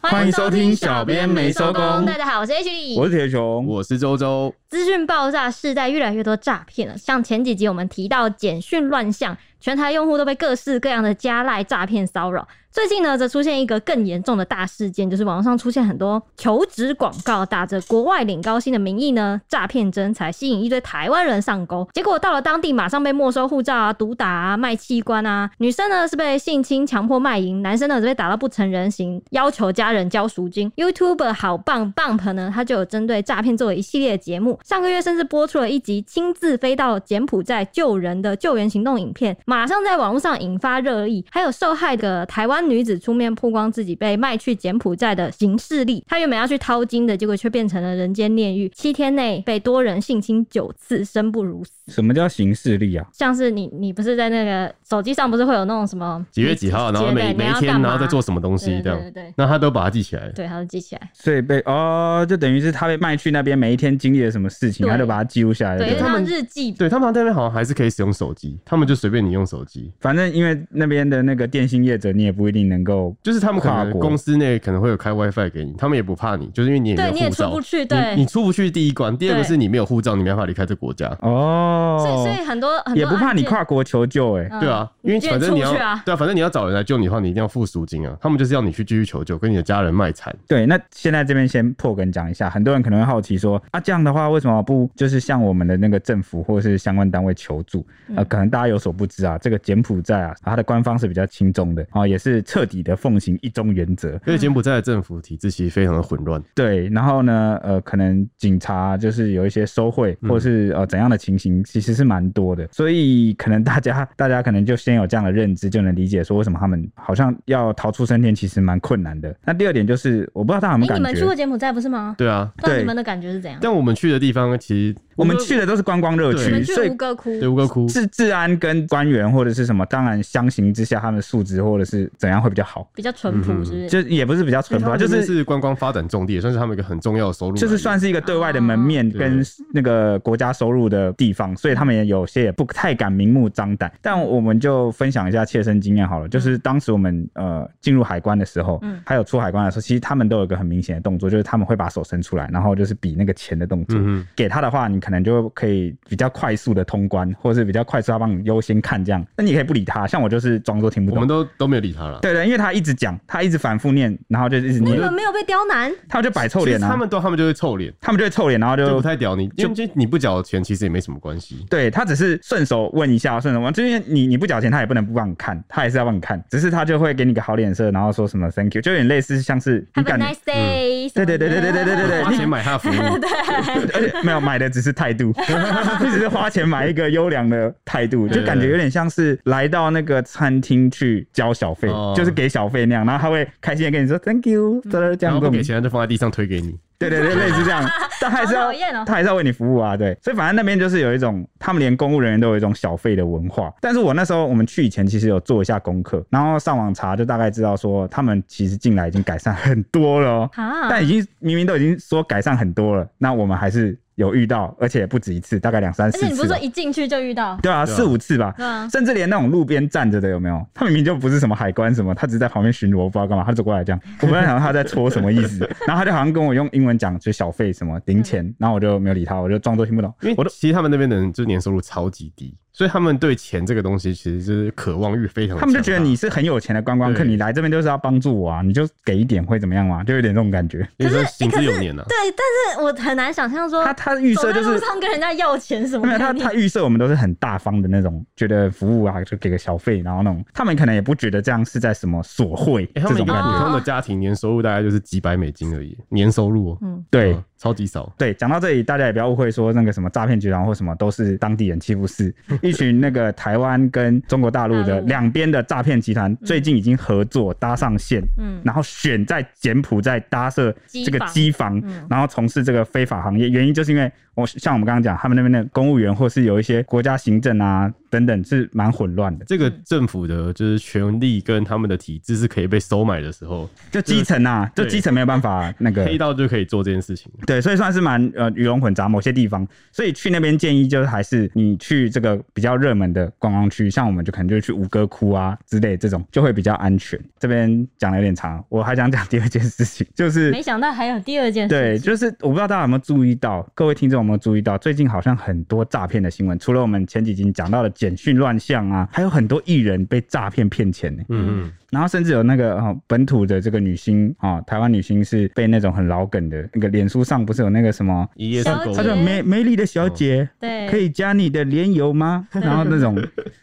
欢迎收听小编没收工大家好，我是 H 李。我是铁熊，我是周周，资讯爆炸世代越来越多诈骗了，像前几集我们提到简讯乱象，全台用户都被各式各样的加赖诈骗骚扰。最近呢，则出现一个更严重的大事件，就是网上出现很多求职广告，打着国外领高薪的名义呢，诈骗真才，吸引一堆台湾人上钩。结果到了当地，马上被没收护照啊、毒打啊、卖器官啊。女生呢是被性侵、强迫卖淫，男生呢则被打到不成人形，要求家人交赎金。YouTuber 好棒 Bump 呢，他就有针对诈骗做了一系列的节目，上个月甚至播出了一集亲自飞到柬埔寨救人的救援行动影片，马上在网络上引发热议。还有受害的台湾女子出面曝光自己被卖去柬埔寨的行事历，她原本要去掏金的，结果却变成了人间炼狱，七天内被多人性侵九次，生不如死。什么叫行事力啊？像是你，你不是在那个手机上不是会有那种什么几月几号，然后每对每一你要天，干嘛然后再做什么东西对这对样对，对那他都把它记起来。对，他就记起来。所以被哦，就等于是他被卖去那边，每一天经历了什么事情，对他就把它记录下来。对，对因为不对他们日记哎对他们那边好像还是可以使用手机，他们就随便你用手机，反正因为那边的那个电信业者，你也不一定能够就是他们可跨能国公司内可能会有开 WiFi 给你，他们也不怕你，就是因为你也没对有你也护出照不，去，对你，你出不去第一关，第二个对是你没有护照，你没办法离开这个国家。所以所哦，以很多很多也不怕你跨国求救哎、案件，对啊，因为嗯你反正你出要去啊，对啊，反正你要找人来救你的话，你一定要付赎金啊。他们就是要你去继续求救，跟你的家人卖惨。对，那现在这边先破梗讲一下，很多人可能会好奇说啊，这样的话为什么不就是向我们的那个政府或是相关单位求助？嗯呃，可能大家有所不知啊，这个柬埔寨啊，它的官方是比较轻松的啊、也是彻底的奉行一中原则。因为嗯柬埔寨的政府体制其实非常的混乱，对，然后呢，呃，可能警察就是有一些收贿，或是呃怎样的情形，其实是蛮多的，所以可能大家大家可能就先有这样的认知，就能理解说为什么他们好像要逃出升天，其实蛮困难的。那第二点就是，我不知道大家有没有哎，你感们觉，去过柬埔寨不是吗？对啊。那对你们的感觉是怎样？但我们去的地方其实我们去的都是观光热对你区，们所去以吴哥窟，对吴哥窟，治治安跟官员或者是什么，当然相形之下，他们的素质或者是怎样会比较好，比较淳朴，是不是？嗯就也不是比较因淳为他朴，们啊就那边是。是观光发展重地，也算是他们一个很重要的收入来源，就是算是一个对外的啊门面哦跟那个国家收入的地方，所以他们也有些也不太敢明目张胆。但我们就分享一下切身经验好了，就是当时我们呃进入海关的时候嗯，还有出海关的时候，其实他们都有一个很明显的动作，就是他们会把手伸出来，然后就是比那个钱的动作。嗯哼给他的话，你可能就可以比较快速的通关，或者是比较快速他帮你优先看这样。那你可以不理他，像我就是装作听不我们懂。都都没有理他了。对对，因为他一直讲，他一直反复念，然后就一直你念，们没有被刁难，他就摆臭脸其实他啊，们都他们就会臭脸，他们就会臭脸，然后就就不太屌你，因为就你不缴钱其实也没什么关系。对他只是顺手问一下，顺手问，就因为你你不缴钱，他也不能不帮你看，他也是要帮你看，只是他就会给你个好脸色，然后说什么 thank you，就有点类似像是你 Have a 感觉，嗯 nice day，对对对对对对对 对，花你钱买他的服务， 而且没有买的只是态度， 你只是花钱买一个优良的态度，就感觉有点像是来到那个餐厅去交小费哦，就是给小费那样，然后他会开心的跟你说 thank you，这样这然样后不子给钱就放在地上推给你。对对对，类似这 样，但还好是要、讨厌哦他还是要为你服务啊，对，所以反正那边就是有一种，他们连公务人员都有一种小费的文化。但是我那时候我们去以前其实有做一下功课，然后上网查，就大概知道说他们其实进来已经改善很多了、哦，啊，但已经明明都已经说改善很多了，那我们还是有遇到，而且不止一次，大概两三而四且你不次是吧说，一进去就遇到，对啊，对啊四五次吧。对啊，甚至连那种路边站着的有没有？他明明就不是什么海关什么，他只是在旁边巡逻，不知道干嘛，他走过来这样，我本来想他在戳什么意 思，然后他就好像跟我用英文讲，就小费什么零钱，嗯然后我就没有理他，我就装作听不懂，因我为都其实他们那边的人就是年收入超级低，所以他们对钱这个东西其实就是渴望欲非常强大。他们就觉得你是很有钱的观光客，对你来这边就是要帮助我啊，你就给一点会怎么样嘛，就有点这种感觉。有时候行之有年呐、啊。对，但是我很难想哦象说他他预走设在就路是。上跟人家要钱什么没有概他，念他预设我们都是很大方的那种，觉得服务啊就给个小费，然后那种他们可能也不觉得这样是在什么索贿这欸他们一种个感普觉。通的家庭年收入大概就是几百美金而已，年收入、哦，嗯，对，嗯超级少。对，讲到这里，大家也不要误会，说那个什么诈骗集团或什么都是当地人，欺负是一群那个台湾跟中国大陆大的陆两边的诈骗集团，最近已经合作搭上线，嗯然后选在柬埔寨搭设这机个房机房嗯，然后从事这个非法行业。原因就是因为我像我们刚刚讲，他们那边的公务员或是有一些国家行政啊等等是蛮混乱的，这个政府的就是权力跟他们的体制是可以被收买的时候，就基层啊，就对基层没有办法那个黑道就可以做这件事情。对，所以算是蛮呃鱼龙混杂某些地方，所以去那边建议就是还是你去这个比较热门的观光区，像我们就可能就去吴哥窟啊之类这种就会比较安全。这边讲的有点长，我还想讲第二件事情，就是没想到还有第二件事，对，就是我不知道大家有没有注意到，各位听众有没有注意到，最近好像很多诈骗的新闻，除了我们前几集讲到的简讯乱象啊，还有很多艺人被诈骗骗钱呢、嗯然后甚至有那个哦本土的这个女星啊、哦台湾女星是被那种很老梗的那个脸书上不是有那个什么嗯，一夜上钩她，说美美丽的小姐，哦对可以加你的连油吗？然后那 种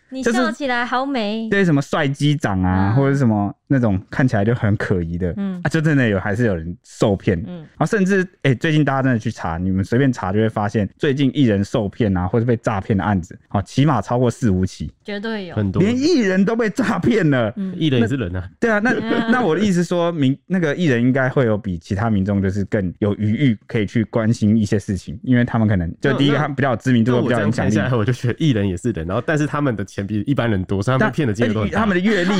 你就是笑起来好美，对什么帅机长啊，嗯或者什么那种看起来就很可疑的，嗯啊，就真的有还是有人受骗，嗯然后甚至哎、最近大家真的去查，你们随便查就会发现，最近艺人受骗啊，或者被诈骗的案子，好、起码超过四五起，绝对有，很多连艺人都被诈骗了。嗯艺人也是人啊，对啊，那嗯那我的意思说明那个艺人应该会有比其他民众就是更有余裕可以去关心一些事情，因为他们可能就那第一个那他们比较有知名那度，比我这较有样影响看力下。来，我就觉得艺人也是人，然后但是他们的钱比一般人多，所以他但们骗的金额都而很且大。他们的 阅历，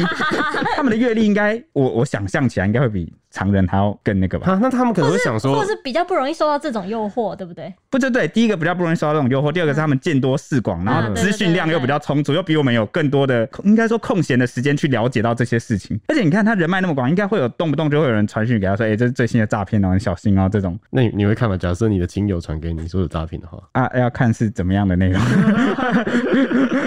他们的阅历应该我我想象起来应该会比常人还要更那个吧？啊，那他们可能会想或说，是比较不容易受到这种诱惑，对不对？ 不对对，第一个比较不容易受到这种诱惑，第二个是他们见多识广，然后嗯资讯量又比较充足，又比我们有更多的应该说空闲的时间去了解到这些事情。而且你看他人脉那么广，应该会有动不动就会有人传讯给他说，哎、这是最新的诈骗哦，你小心哦，这种那你你会看吗？假设你的亲友传给你说有诈骗的话，啊要看是怎么样的 内容，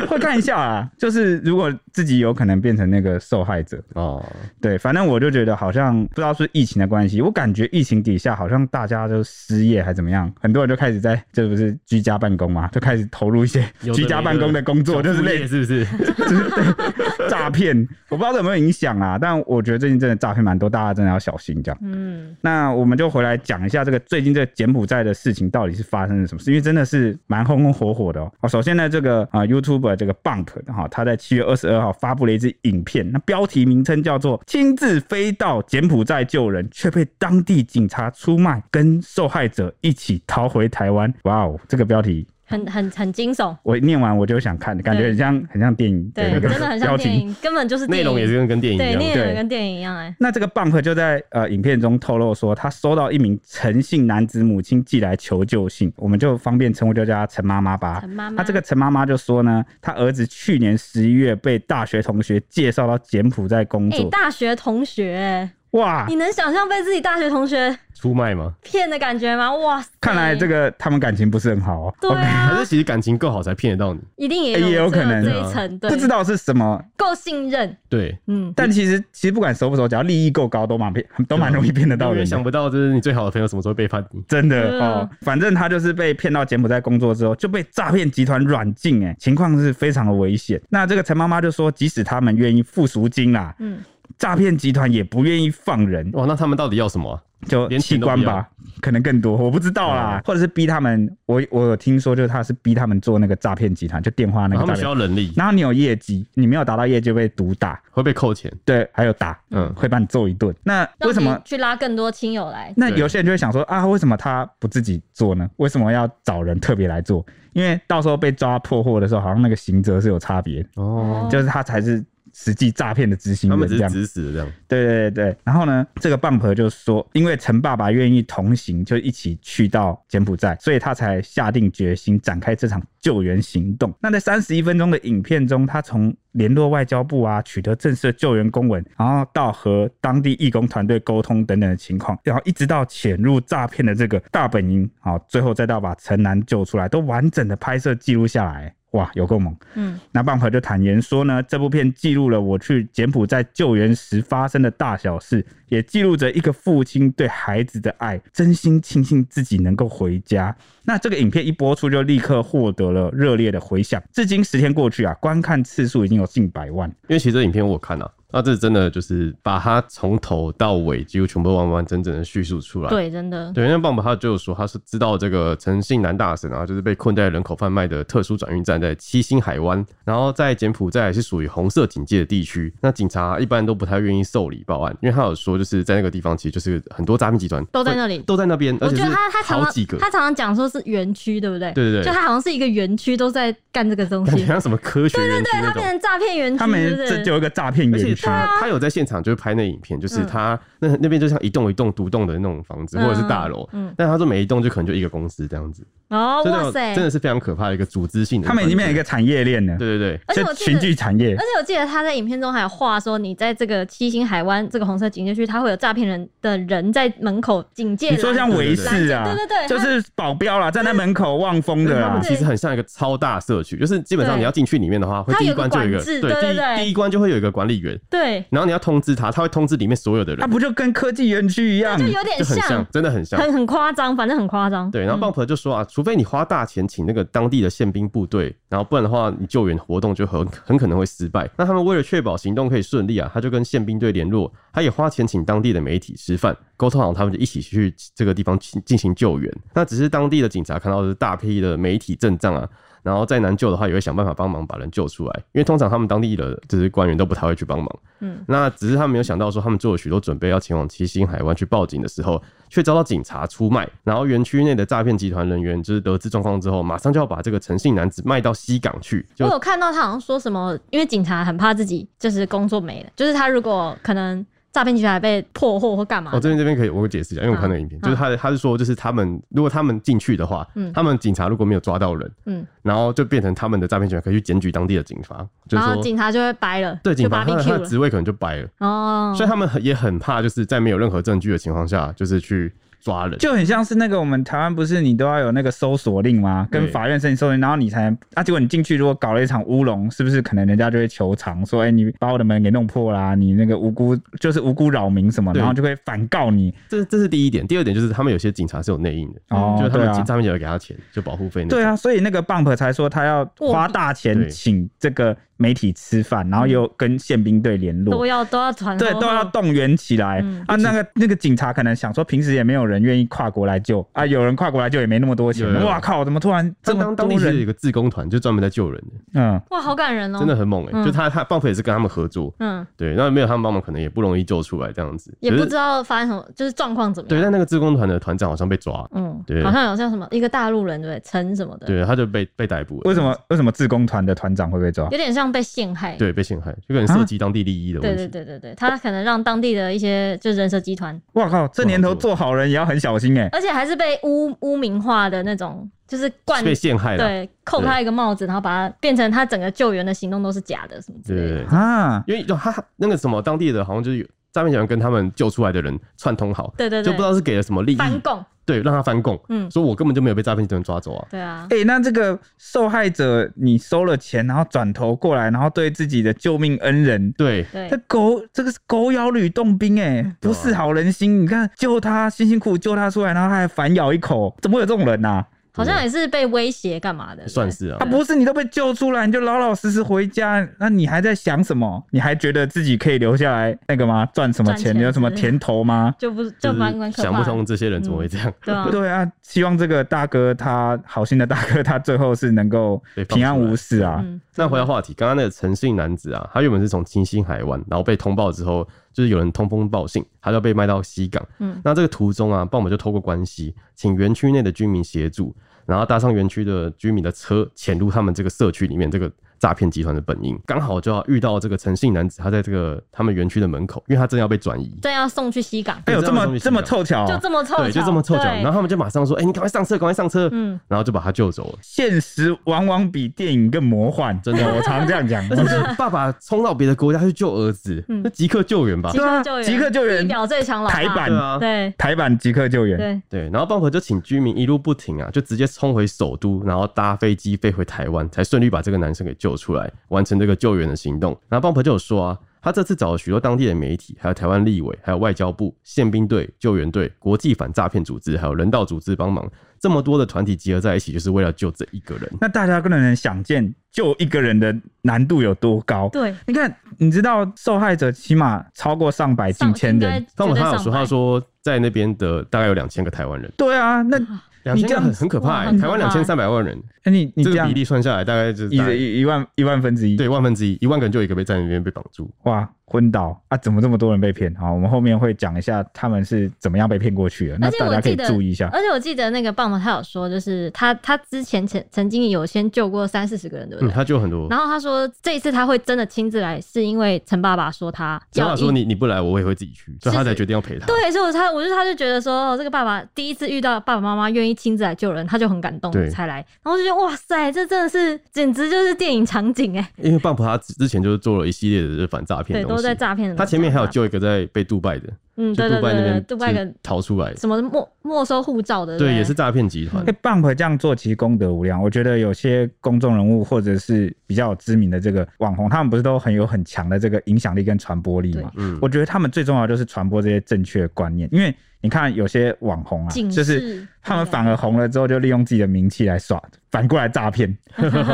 会看一下啊，就是如果自己有可能变成那个受害者，哦，对，反正我就觉得好像不知道是不是疫情的关系，我感觉疫情底下好像大家就失业还怎么样，很多人就开始在这不是居家办公嘛，就开始投入一些有的居家办公的工作，没的就是类小副业是不是？就是 对诈骗，我不知道有没有影响啊，但我觉得最近真的诈骗蛮多，大家真的要小心这样。嗯，那我们就回来讲一下这个最近这个柬埔寨的事情到底是发生了什么事，因为真的是蛮红红火火的哦。哦首先呢，这个啊、YouTube 这个 Bunk 哈、他在七月二十二号发布了一支影片，那标题名称叫做“亲自飞到柬埔寨救人，却被当地警察出卖，跟受害者一起逃回台湾”。哇哦，这个标题。很很很惊悚，我念完我就想看，感觉对很像很像电影的对，那个真的很像标电题。影，根本就是 内电容也是影，跟跟电影一对，样，内容对也跟电影一样，哎，那这个 Bump 就在呃影片中透露说，他收到一名诚信男子母亲寄来求救信，我们就方便称呼就叫她陈妈妈吧陈。妈妈，啊那这个陈妈妈就说呢，她儿子去年十一月被大学同学介绍到柬埔寨工哎、作，大哎学同学，哇你！能想象被自己大学同学出卖吗？骗的感觉吗？哇塞，看来这个他们感情不是很好哦。对啊，还是其实感情够好才骗得到你？一定也哎有也有可能这啊一层，对，不知道是什么，够信任，对，嗯，但其实其实不管熟不熟，只要利益够高，都蛮骗，都蛮容易骗得到永人的远想。不到，就是你最好的朋友什么时候被判你？真的嗯哦，反正他就是被骗到柬埔寨工作之后，就被诈骗集团软禁，哎，情况是非常的危险。那这个陈妈妈就说，即使他们愿意付赎金啦，嗯，诈骗集团也不愿意放人，哇，那他们到底要什么啊？就连器钱都不嗯官吧，可能更多，我不知道啦，或者是逼他们，我我有听说，就是他是逼他们做那个诈骗集团，就电话那啊他个诈们需骗。要人力，然后你有业绩，你没有达到业绩就被毒打，会被扣钱。对，还有打，嗯嗯，会把你揍一顿。那让为什么你去拉更多亲友来？那对有些人就会想说啊，为什么他不自己做呢？为什么要找人特别来做？因为到时候被抓破获的时候，好像那个刑责是有差别，哦就是他才是实际诈骗的执行他人们这只是样。指使的这样，对对对对。然后呢，这个棒婆就说，因为陈爸爸愿意同行，就一起去到柬埔寨，所以他才下定决心展开这场救援行动。那在三十一分钟的影片中，他从联络外交部啊，取得正式的救援公文，然后到和当地义工团队沟通等等的情况，然后一直到潜入诈骗的这个大本营，好，最后再到把陈楠救出来，都完整的拍摄记录下来，哇，有够猛！嗯，那棒婆就坦言说呢，这部片记录了我去柬埔寨救援时发生的大小事，也记录着一个父亲对孩子的爱，真心庆幸自己能够回家。那这个影片一播出，就立刻获得了热烈的回响。至今十天过去啊，观看次数已经有近百万。因为其实这影片我有看啊，那这真的就是把它从头到尾几乎全部完完整整的叙述出来。对，真的，对，因为棒棒他就有说他是知道这个陈姓男大神啊，就是被困在人口贩卖的特殊转运站在七星海湾，然后在柬埔寨是属于红色警戒的地区。那警察一般都不太愿意受理报案，因为他有说就是在那个地方其实就是很多诈骗集团都在会那里都在那边，而我且觉是得他他常好常几个，他常常讲说是园区，对不对？对对对就他好像是一个园区都在干这个东感觉西，像什么科学园区那他种变。成诈骗园区，他们对不这对就有一个诈骗啊而且园区，他他有在现场就是拍那影片，就是嗯他那那边就像一栋一栋独栋的那种房子或者是大楼，嗯嗯但他说每一栋就可能就一个公司这样子，哦，真的哇塞！真的是非常可怕的一个组织性的。他们已经变成一个产业链了，对对对，而且这我记群得聚产业而。且我记得他在影片中还有话说，你在这个七星海湾这个红色警戒区，他会有诈骗人的人在门口警戒你拦说截。像维氏啊，对对对对就是保镖啦，站在门口望风的啊他啦们对，其实很像一个超大社区，就是基本上对你要进去里面的话，会它第一有个关就有一个管制对对第对一对第一关就会有一个管理员，对，然后你要通知他，他会通知里面所有的他人，不就跟科技园区一样就？有点就很像，真的很像。很很夸张，反正很夸张。对，然后嗯 Bump 就说啊，除非你花大钱请那个当地的宪兵部队，然后不然的话，你救援活动就很很可能会失败。那他们为了确保行动可以顺利啊，他就跟宪兵队联络，他也花钱请当地的媒体吃饭，沟通好他们就一起去这个地方进进行救援。那只是当地的警察看到的是大批的媒体阵仗啊。然后再难救的话，也会想办法帮忙把人救出来，因为通常他们当地的就是官员都不太会去帮忙。嗯那只是他没有想到说，他们做了许多准备要前往七星海湾去报警的时候，却遭到警察出卖。然后园区内的诈骗集团人员就是得知状况之后，马上就要把这个诚信男子卖到西港去。就我有看到他好像说什么，因为警察很怕自己就是工作没了，就是他如果可能诈骗集团被破获或干嘛哦，这边这边可以，我解释一下，因为我看那个影片，就是他他是说，就是他们如果他们进去的话，嗯他们警察如果没有抓到人，嗯，然后就变成他们的诈骗集团可以去检举当地的警方，就然是后说警察就会掰了，对就警察他的 barbecue 他的了。职位可能就白了，哦，所以他们很也很怕，就是在没有任何证据的情况下，就是去抓人。就很像是那个我们台湾不是你都要有那个搜索令吗？对跟法院申请搜索令，然后你才能啊，结果你进去如果搞了一场乌龙，是不是可能人家就会求偿，说哎、你把我的门给弄破啦，你那个无辜就是无辜扰民什么，对然后就会反告你这这是第一点，第二点就是他们有些警察是有内应的，哦，嗯就是他对们警啊。察们也有给他钱，就保护费那种对，啊，所以那个 Bump 才说他要花大对嗯钱请这个媒体吃饭，然后又跟宪兵队联络，都要都要传对，说哦都要动员起来、嗯啊！那个那个警察可能想说，平时也没有人愿意跨国来嗯救啊，有人跨国来救也没那么多钱有有。有哇靠！怎么突然这当么当当多地是有人？一个自工团，就专门在救人的，嗯，哇，好感人哦，真的，很猛哎、嗯就他他棒槌也是跟他们合作，嗯，对，那没有他们帮忙，可能也不容易救出来这样子。也可不是知道发生什么，就是状况怎么对，样。但那个自工团的团长好像被抓了，嗯对，好像有像什么一个大陆人对不对，陈什么的，对，他就被被逮捕了。为什么为什么自工团的团长会被抓？有点像被陷害。对，被陷害，就可能涉及当地利益的对问题。对对对对，他可能让当地的一些就是人蛇集团，哇靠！这年头做好人也要很小心哎、而且还是被污污名化的那种，就是灌被陷害了。对，扣他一个帽子，然后把他变成他整个救援的行动都是假的什么之对类对的。对，啊！因为就他那个什么当地的，好像就是有诈骗集团跟他们救出来的人串通好，对对就对，不知道是给了什么利益，翻供，对，让他翻供，嗯，所以我根本就没有被诈骗集团抓走啊。对啊，哎、那这个受害者，你收了钱，然后转头过来，然后对自己的救命恩人，对，对嗯这，狗这个是狗咬吕洞宾哎、不是好人心。你看救他辛辛苦苦救他出来，然后他还反咬一口，怎么会有这种人呐、啊？好像也是被威胁干嘛的，算对是啊啊，不是你都被救出来，你就老老实实回家，那你还在想什么？你还觉得自己可以留下来那个吗？赚什么赚钱？钱有什么甜头吗？就不就就是蛮蛮可想怕不的，通这些人怎么会这样。对啊，对啊，希望这个大哥他好心的大哥他最后是能够被放平安出来无事啊。嗯，那回到话题，刚刚那个诚信男子啊，他原本是从清新海湾，然后被通报之后，就是有人通风报信，他就被卖到西港。嗯那这个途中啊，棒们就透过关系，请园区内的居民协助，然后搭上园区的居民的车，潜入他们这个社区里面这个诈骗集团的本营。刚好就要遇到这个诚信男子，他在这个他们园区的门口，因为他正要被转移。正要送去西港，哎呦，这么这么凑巧就啊、这么凑巧，哦 对，就这么凑巧，对然后他们就马上说：“哎、你赶快上车，赶快上车！”嗯然后就把他救走了。现实往往比电影更魔幻，真的，我常这 样讲。而且这个爸爸冲到别的国家去救儿子，嗯那即刻救援吧即。对刻啊救援，即刻救援一秒最强老台大，版对啊，对台版即刻救援，对，对，然后棒婆就请居民一路不停啊，就直接冲回首都，然后搭飞机飞回台湾，才顺利把这个男生给救出来，完成这个救援的行动。然后棒婆就有说啊，他这次找了许多当地的媒体，还有台湾立委，还有外交部、宪兵队、救援队、国际反诈骗组织，还有人道组织帮忙，这么多的团体集合在一起，就是为了救这一个人。那大家更能想见，救一个人的难度有多高。对，你看，你知道受害者起码超过上百、近千人。，他们他有说，他说在那边的大概有两千个台湾人，对啊，那两你千这样很很可怕、哇欸，很可台湾两怕千三百万人，那你你这这个样比例算下来大概就是一大概一一万一万分之一，对万分之一，一万个人就有一个被在那边被绑住。哇，昏倒啊！怎么这么多人被骗？好，我们后面会讲一下他们是怎么样被骗过去的，那而且大我家可记以得注意一下。而且我记得那个棒棒他有说，就是他他之前曾曾经有先救过三四十个人，对不嗯，对？他就很多。然后他说这一次他会真的亲自来，是因为陈爸爸说他陈要爸说你你不来，我也会自己去，所以他才决定要陪他。对，所以我他我就他就觉得说，哦这个爸爸第一次遇到爸爸妈妈愿意亲自来救人，他就很感动对才来，然后就觉得哇塞，这真的是简直就是电影场景哎，因为棒婆他之前就是做了一系列的就是反诈骗对，的东都在西。诈骗的东西啊。他前面还有救一个在被杜拜的，嗯，就对杜对拜那对对，边杜拜就的是逃出来，什么没没收护照的，对，不也是诈骗集团哎、。b u m p 这样做其实功德无量。我觉得有些公众人物或者是比较有知名的这个网红，他们不是都很有很强的这个影响力跟传播力对嘛？嗯，我觉得他们最重要的就是传播这些正确的观念，因为你看有些网红啊，警就示是他们反而红了之后，就利用自己的名气来耍，反过来诈骗，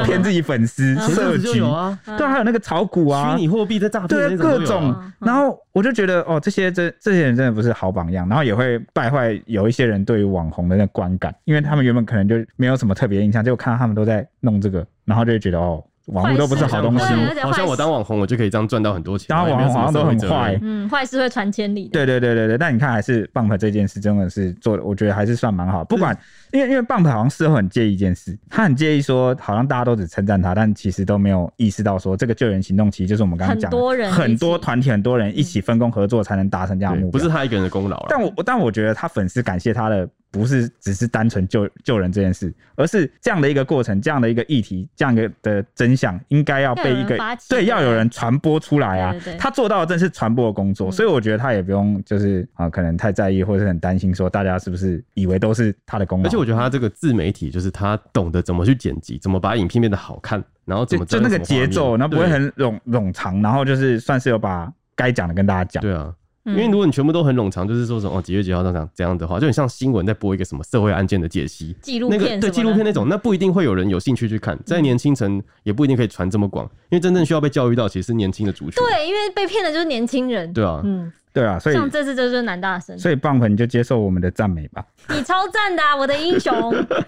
骗自己粉丝、前阵社子就群有，啊，对啊，还有那个炒股啊，虚拟货币在诈骗对的啊，那种都有啊，各种嗯。然后我就觉得，哦，这些这这些人真的不是好榜样，然后也会败坏有一些人对于网红的那观感，因为他们原本可能就没有什么特别印象，结果看到他们都在弄这个，然后就会觉得，哦，网络都不是好东西坏事。对而且好像我当网红，我就可以这样赚到很多钱。当网红好像都很坏嗯，坏事会传千里的，对对对对对，但你看还是 Bump 这件事真的是做的，我觉得还是算蛮好。不管因为因为 Bump 好像事后很介意一件事，他很介意说好像大家都只称赞他，但其实都没有意识到说这个救援行动其实就是我们刚刚讲的很多人一起很多团体很多人一起分工合作才能达成这样的对目标，不是他一个人的功劳了。但我但我觉得他粉丝感谢他的不是只是单纯救救人这件事，而是这样的一个过程，这样的一个议题，这样一个的真相，应该要被一个要有人发起对要有人传播出来啊。对对对他做到的正是传播的工作，嗯所以我觉得他也不用就是啊、可能太在意或是很担心说大家是不是以为都是他的功劳。而且我觉得他这个自媒体，就是他懂得怎么去剪辑，怎么把影片变得好看，然后怎就么就那个节奏，然后不会对很冗冗长，然后就是算是有把该讲的跟大家讲。对啊。嗯因为如果你全部都很冗长，就是说什么哦几月几号这样这样的话，就很像新闻在播一个什么社会案件的解析，纪录那片个什么对的纪录片那种，那不一定会有人有兴趣去看，在年轻层也不一定可以传这么广，因为真正需要被教育到其实是年轻的族群。对，因为被骗的就是年轻人，对啊，嗯，对啊，所以像这次就是男大生，所以棒粉就接受我们的赞美吧。你超赞的啊，我的英雄，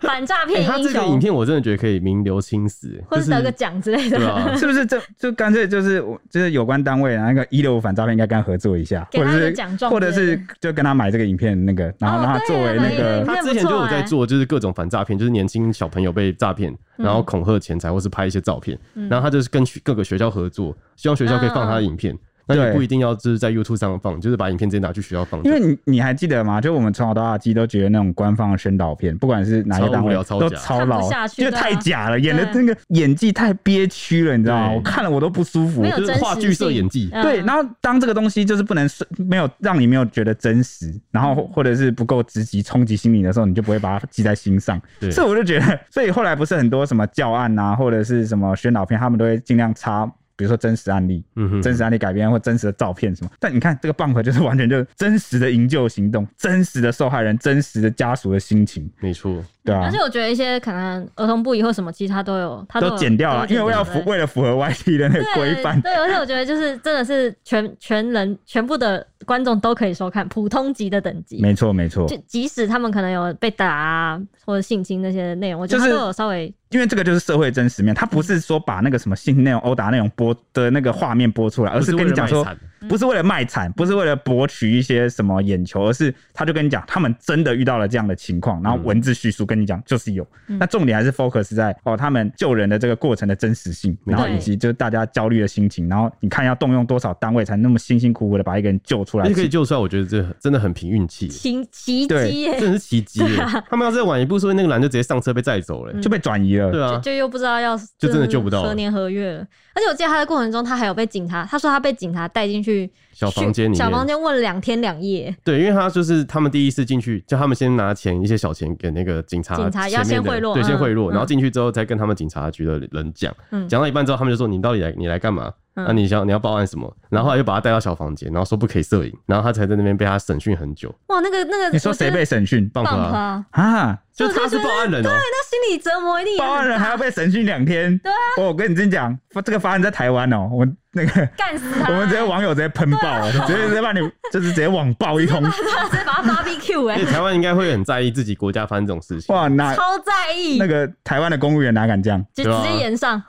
反诈 骗欸他英这个影雄，片我真的觉得可以名留青史，或就是得个奖之类的对，啊，是不是这就干脆就是我就是有关单位啊，那个一六五反诈骗应该跟他合作一下，给或他者一个是奖状或者之类是就跟他买这个影片那个，然后哦让他对啊作为买 那一个个影。片他之前就有在做，就是各种反诈骗，就是年轻小朋友被诈骗，然后恐吓钱财，或是拍一些照片，然后他就是跟学各个学校合作，希望学校可以放他的影片。那对你不一定要就是在 YouTube 上放，就是把影片直接拿去学校放就因好。为你你还记得吗？就我们从小到大记忆都觉得那种官方的宣导片，不管是哪一个单超无位聊，超假都超老看不下，去就对啊太假了，演的对那个演技太憋屈了，你知道吗？对我看了我都不舒 服没。有就是真实话剧社性演技嗯对，然后当这个东西就是不能是没有让你没有觉得真实，然后或嗯者是不够直击冲击心理的时候，你就不会把它记在心上。对所以我就觉得，所以后来不是很多什么教案啊，或者是什么宣导片，他们都会尽量插。比如说真实案例，嗯哼真实案例改编或真实的照片什么，但你看这个棒 u 就是完全就是真实的营救行动，真实的受害人，真实的家属的心情，没错，对嗯而啊且，我觉得一些可能儿童部以后什么，其实他都有，他都有剪掉了，都因有为要符剪掉为了符合 YT 的那个对规范，对，而且我觉得就是真的是全全人全部的观众都可以收看，普通级的等级。没错没错就，即使他们可能有被打啊，或者性侵那些内容，我觉得就他是都有稍微因为这个就是社会真实嗯面，他不是说把那个什么性内容、殴打内容播的那个画面播 出来，而是跟你讲说不是为了卖惨，不是为了卖惨，不是为了博取一些什么眼球，而是他就跟你讲，他们真的遇到了这样的情况，然嗯后文字叙述跟你讲就是有。那重点还是 focus 在哦，他们救人的这个过程的真实性，然后以及就是大家焦虑的心情，然后你看要动用多少单位才那么辛辛苦苦的把一个人救出来而且。可以救出来，我觉得这真的很凭运气，奇奇对迹耶，真的是奇迹耶。他们要再晚一步，说不定那个男就直接上车被载走了。欸嗯就被转移了，对啊，就又不知道要就真的是救不到了何年何月了。而且我记得他在过程中，他还有被警察，他说他被警察带进去小去房间里小面房，间问了两天两夜，对，因为他就是他们第一次进去，就他们先拿钱一些小钱给那个警察警前面的，察要先贿赂对，先嗯贿赂，嗯然后进去之后再跟他们警察局的人讲，嗯讲到一半之后，他们就说你到底来你来干嘛？那、嗯你想你要报案什么？然后后来就把他带到小房间，然后说不可以摄影，然后他才在那边被他审讯很久。哇，那个那个，你说我觉谁得被审讯棒棒啊，啊？啊？就他是报案人哦、那心理折磨一 定也报案很人还要被审讯两天。对啊，我跟你真讲，这个发生在台湾哦、我那 个干死 他，我们直接网友直接 喷爆，直接直接把你就是直接网爆 一通。直接把他 barbecue 哎、 而且台湾应该会很在意自己国家发生这种事情，哇，那超在意，那个台湾的公务员哪敢这样？就哎对直啊接演上，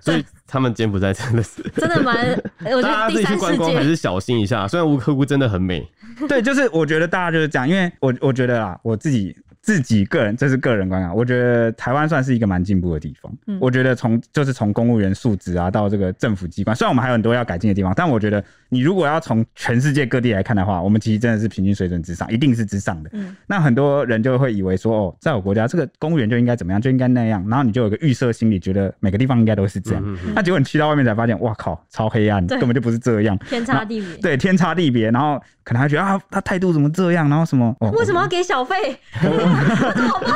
所以他们柬埔寨真的是，真的 蛮，我觉大家得第自己三去观世光还界是小心一下。虽然吴克窟真的很美，对，就是我觉得大家就是这样，因为我我觉得啊，我自己自己个人这是个人观感，我觉得台湾算是一个蛮进步的地方。嗯我觉得从就是从公务员素质啊，到这个政府机关，虽然我们还有很多要改进的地方，但我觉得你如果要从全世界各地来看的话，我们其实真的是平均水准之上，一定是之上的。嗯那很多人就会以为说，哦，在我国家这个公务员就应该怎么样，就应该那样，然后你就有一个预设心理，觉得每个地方应该都是这样。嗯那结果你去到外面才发现，哇靠，超黑暗，对根本就不是这样。天差地别。对，天差地别，然后可能还觉得啊，他态度怎么这样，然后什么？哦、 为什么要给 小费？我怎么报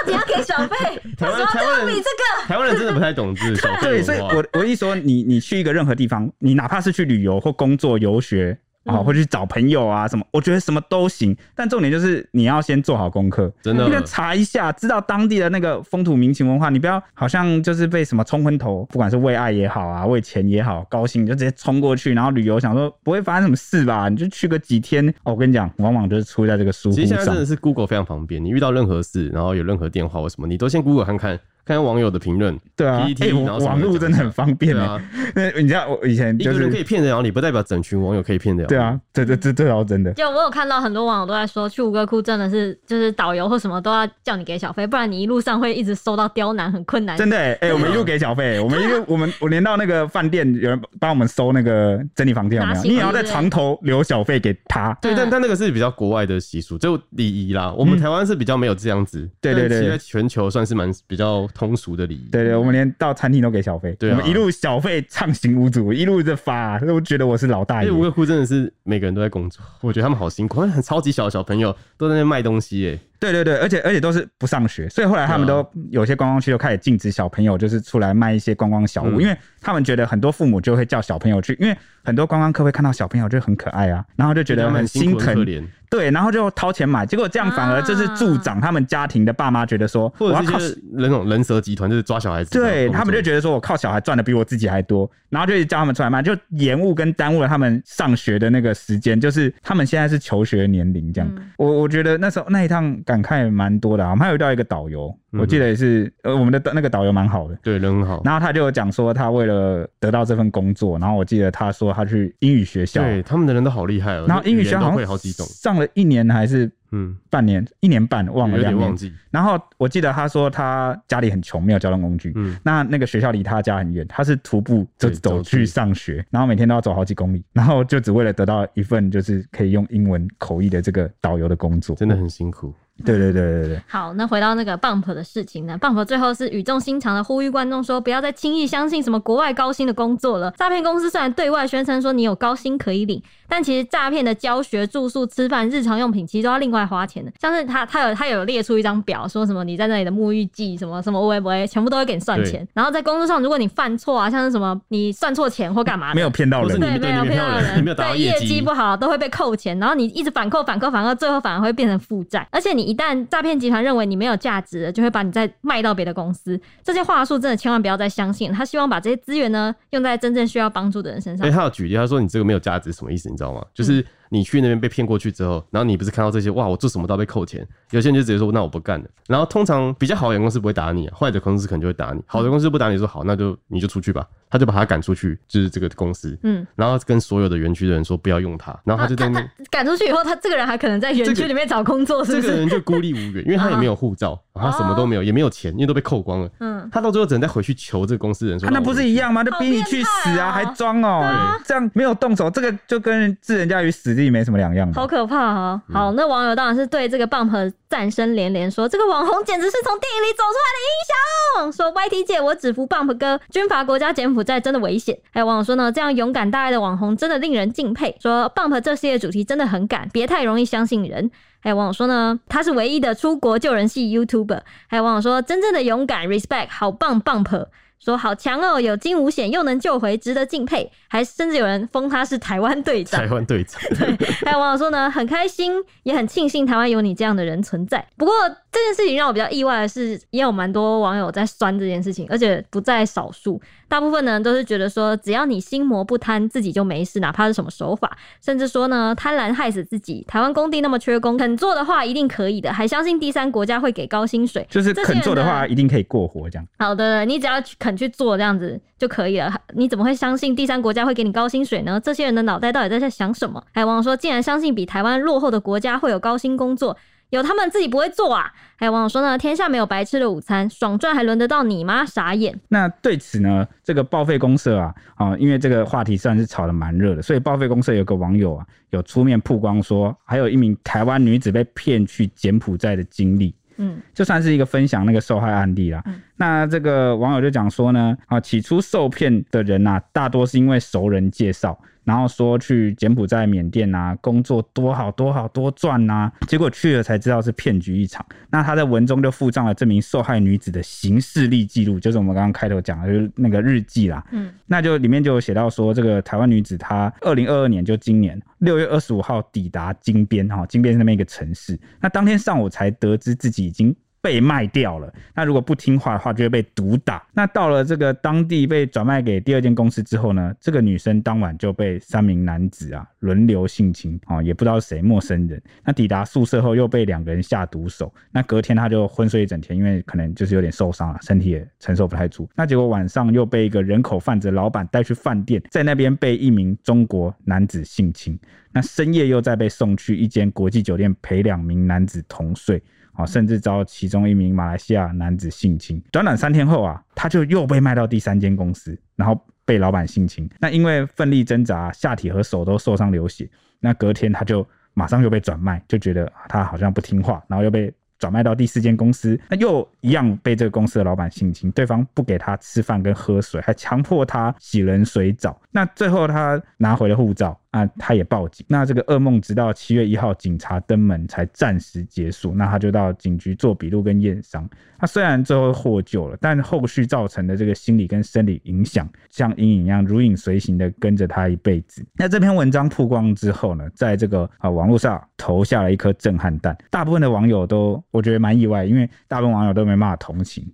警要给小费？为台什么湾要台这湾个比这人个？台湾人真的不太懂自己小 对，费所以文化。我我一说你你去一个任何地方，你哪怕是去旅游或工作、游学啊，嗯或者去找朋友啊什么，我觉得什么都行，但重点就是你要先做好功课，真的你要查一下，知道当地的那个风土民情文化，你不要好像就是被什么冲昏头，不管是为爱也好啊，为钱也好，高兴你就直接冲过去，然后旅游想说不会发生什么事吧，你就去个几天。哦，我跟你讲，往往就是出在这个疏忽其实现在上真。的是 Google 非常方便，你遇到任何事，然后有任何电话或什么，你都先 Google 看看，看看网友的 评论。对啊， PPT 哎、我 E 然后什么网都络讲真的很方便对哎、啊，那你知道我以前一就个人可是以骗得了你，不代表整群网友可以骗得了。对啊，，这这这这倒真的。就我有看到很多网友都在说，去吴哥窟真的是就是导游或什么都要叫你给小费，不然你一路上会一直受到刁难，很困难。真的哎、欸我们一啊路给小费、我们一路我们我连到那个饭店有人帮我们收那个整理房间有没拿有？行李你也要在床头留小费给他。对，但嗯但那个是比较国外的习俗，就礼仪啦。我嗯们台湾是比较没有这样子，对对但其实对在全球算是蛮比较通俗的礼仪。对对，我们连到餐厅都给小费，嗯对啊我们一路小费畅行无阻，一路在发，我觉得我是老大因爷为。吴哥窟真的是每个人都在工作，我觉得他们好辛苦，他们很超级小的小朋友都在那边卖东西耶。对对对，而且而且都是不上学，所以后来他们对啊都有些观光区就开始禁止小朋友就是出来卖一些观光小物，嗯因为他们觉得很多父母就会叫小朋友去，因为很多观光客会看到小朋友就很可爱啊，然后就觉他得们很辛心苦很可疼，怜，对，然后就掏钱买，结果这样反而就是助长他们家庭的爸妈觉得说，或我者要是靠一。些那种人蛇集团，就是抓小孩子这种工作。对他们就觉得说，我靠小孩赚的比我自己还多，然后就叫他们出来卖，就延误跟耽误了他们上学的那个时间，就是他们现在是求学年龄这样。嗯我我觉得那时候那一趟感慨蛮多的、啊，我们还有遇到一个导游，嗯哼哦我记得也是，呃，我们的那个导游蛮好的。对人很好。然后他就有讲说，他为了得到这份工作，然后我记得他说他去英语学校，对他们的人都好厉害哦，然后英语学校都好会像好几种，上了一年还是嗯，半年，一年半忘了有两点年忘，记，然后我记得他说他家里很穷，没有交通工具。嗯，那那个学校离他家很远，他是徒步就对走走去去上学，然后每天都要走好几公里， 然后就只为了得到一份就是可以用英文口译的这个导游的工作。真的很辛苦。对对对对对，好，那回到那个 Bump 的事情呢，Bump 最后是语重心长的呼吁观众说，不要再轻易相信什么国外高薪的工作了。诈骗公司虽然对外宣称说你有高薪可以领，但其实诈骗的教学、住宿、吃饭、日常用品其实都要另外花钱的。像是他，他有他有列出一张表，说什么你在那里的沐浴剂、什么什么 O M A，全部都会给你算钱。然后在工作上，如果你犯错啊，像是什么你算错钱或干嘛的。没有骗到不是人你。对，们没有骗对你们没有到人人，你没有达到对业绩绩不好都会被扣钱，然后你一直反扣、反扣、反扣，反扣，最后反而会变成负债。而且你一旦诈骗集团认为你没有价值了，就会把你再卖到别的公司。这些话术真的千万不要再相信。他希望把这些资源呢用在真正需要帮助的人身上哎，。他有举例，他说你这个没有价值，什么意思？你知道吗？就是你去那边被骗过去之后，然后你不是看到这些哇，我做什么都要被扣钱，有些人就直接说那我不干了。然后通常比较好的员工是不会打你、啊，坏的公司可能就会打嗯你，好的公司不打你说好，那就你就出去吧，他就把他赶出去，就是这个公司，嗯，然后跟所有的园区的人说不要用他，然后啊他就 在那。 赶出去以后，他这个人还可能在园这区个里面找工作，是这不个是？人就孤立无援，因为他也没有护 哦照，然后他什么都没有，也没有钱，因为都被扣光了。嗯，他到最后只能再回去求这个公司的人说：“啊哦那不是一样吗？就好逼你去死啊，还装哦、这样没有动手，这个就跟置人家于死地没什么两样吧。好可怕啊、好，那网友当然是对这个 Bump 赞声连连说，这个网红简直是从电影里走出来的英雄。说 YT 界我只服 Bump 哥，军阀国家柬埔寨真的危险。还有网友说呢，这样勇敢大爱的网红真的令人敬佩。说 Bump 这系列主题真的很敢，别太容易相信人。还有网友说呢，他是哎唯一的出国救人系 YouTuber。还有网友说，真正的勇敢，respect，好棒 Bump。说好强哦，有惊无险又能救回，值得敬佩，还甚至有人封他是台湾队长台。湾 队长，还有网友说呢，很开心，也很庆幸台湾有你这样的人存在。不过这件事情让我比较意外的是，也有蛮多网友在酸这件事情，而且不在少数。大部分呢都是觉得说，只要你心魔不贪，自己就没事，哪怕是什么手法，甚至说呢贪婪害死自己。台湾工地那么缺工，肯做的话一定可以的，还相信第三国家会给高薪水。就是这些人肯做的呢话，一定可以过活这样。好的，你只要去肯去做这样子就可以了。你怎么会相信第三国家会给你高薪水呢？这些人的脑袋到底在想什么？还有网友说，竟然相信比台湾落后的国家会有高薪工作，有他们自己不会做啊！还有网友说呢，天下没有白吃的午餐，爽赚还轮得到你吗？傻眼！那对此呢，这个报废公社啊，啊、因为这个话题算是炒得蛮热的，所以报废公社有个网友啊，有出面曝光说，还有一名台湾女子被骗去柬埔寨的经历。嗯，就算是一个分享那个受害案例啦。嗯那这个网友就讲说呢，啊，起初受骗的人呐、大多是因为熟人介绍，然后说去柬埔寨、缅甸啊工作多好多好多赚呐、结果去了才知道是骗局一场。那他在文中就附上了这名受害女子的行事历记录，就是我们刚刚开头讲的，就是那个日记啦。嗯，那就里面就有写到说，这个台湾女子她二零二二年就今年六月二十五号抵达金边哈，金边是那边一个城市。那当天上午才得知自己已经。被卖掉了，那如果不听话的话，就会被毒打。那到了这个当地被转卖给第二间公司之后呢，这个女生当晚就被三名男子啊轮流性侵啊、哦，也不知道是谁陌生人。那抵达宿舍后又被两个人下毒手，那隔天她就昏睡一整天，因为可能就是有点受伤了，身体也承受不太住。那结果晚上又被一个人口贩子老板带去饭店，在那边被一名中国男子性侵。那深夜又再被送去一间国际酒店陪两名男子同睡。啊，甚至遭其中一名马来西亚男子性侵。短短三天后啊，他就又被卖到第三间公司，然后被老板性侵。那因为奋力挣扎，下体和手都受伤流血。那隔天他就马上又被转卖，就觉得啊他好像不听话，然后又被。转卖到第四间公司，那又一样被这个公司的老板性侵，对方不给他吃饭跟喝水，还强迫他洗冷水澡。那最后他拿回了护照啊，他也报警。那这个噩梦直到七月一号警察登门才暂时结束，那他就到警局做笔录跟验伤。他虽然最后获救了，但后续造成的这个心理跟生理影响，像阴影一样如影随形的跟着他一辈子。那这篇文章曝光之后呢，在这个啊、呃网络上投下了一颗震撼弹，大部分的网友都我觉得蛮意外，因为大部分网友都没办法同情。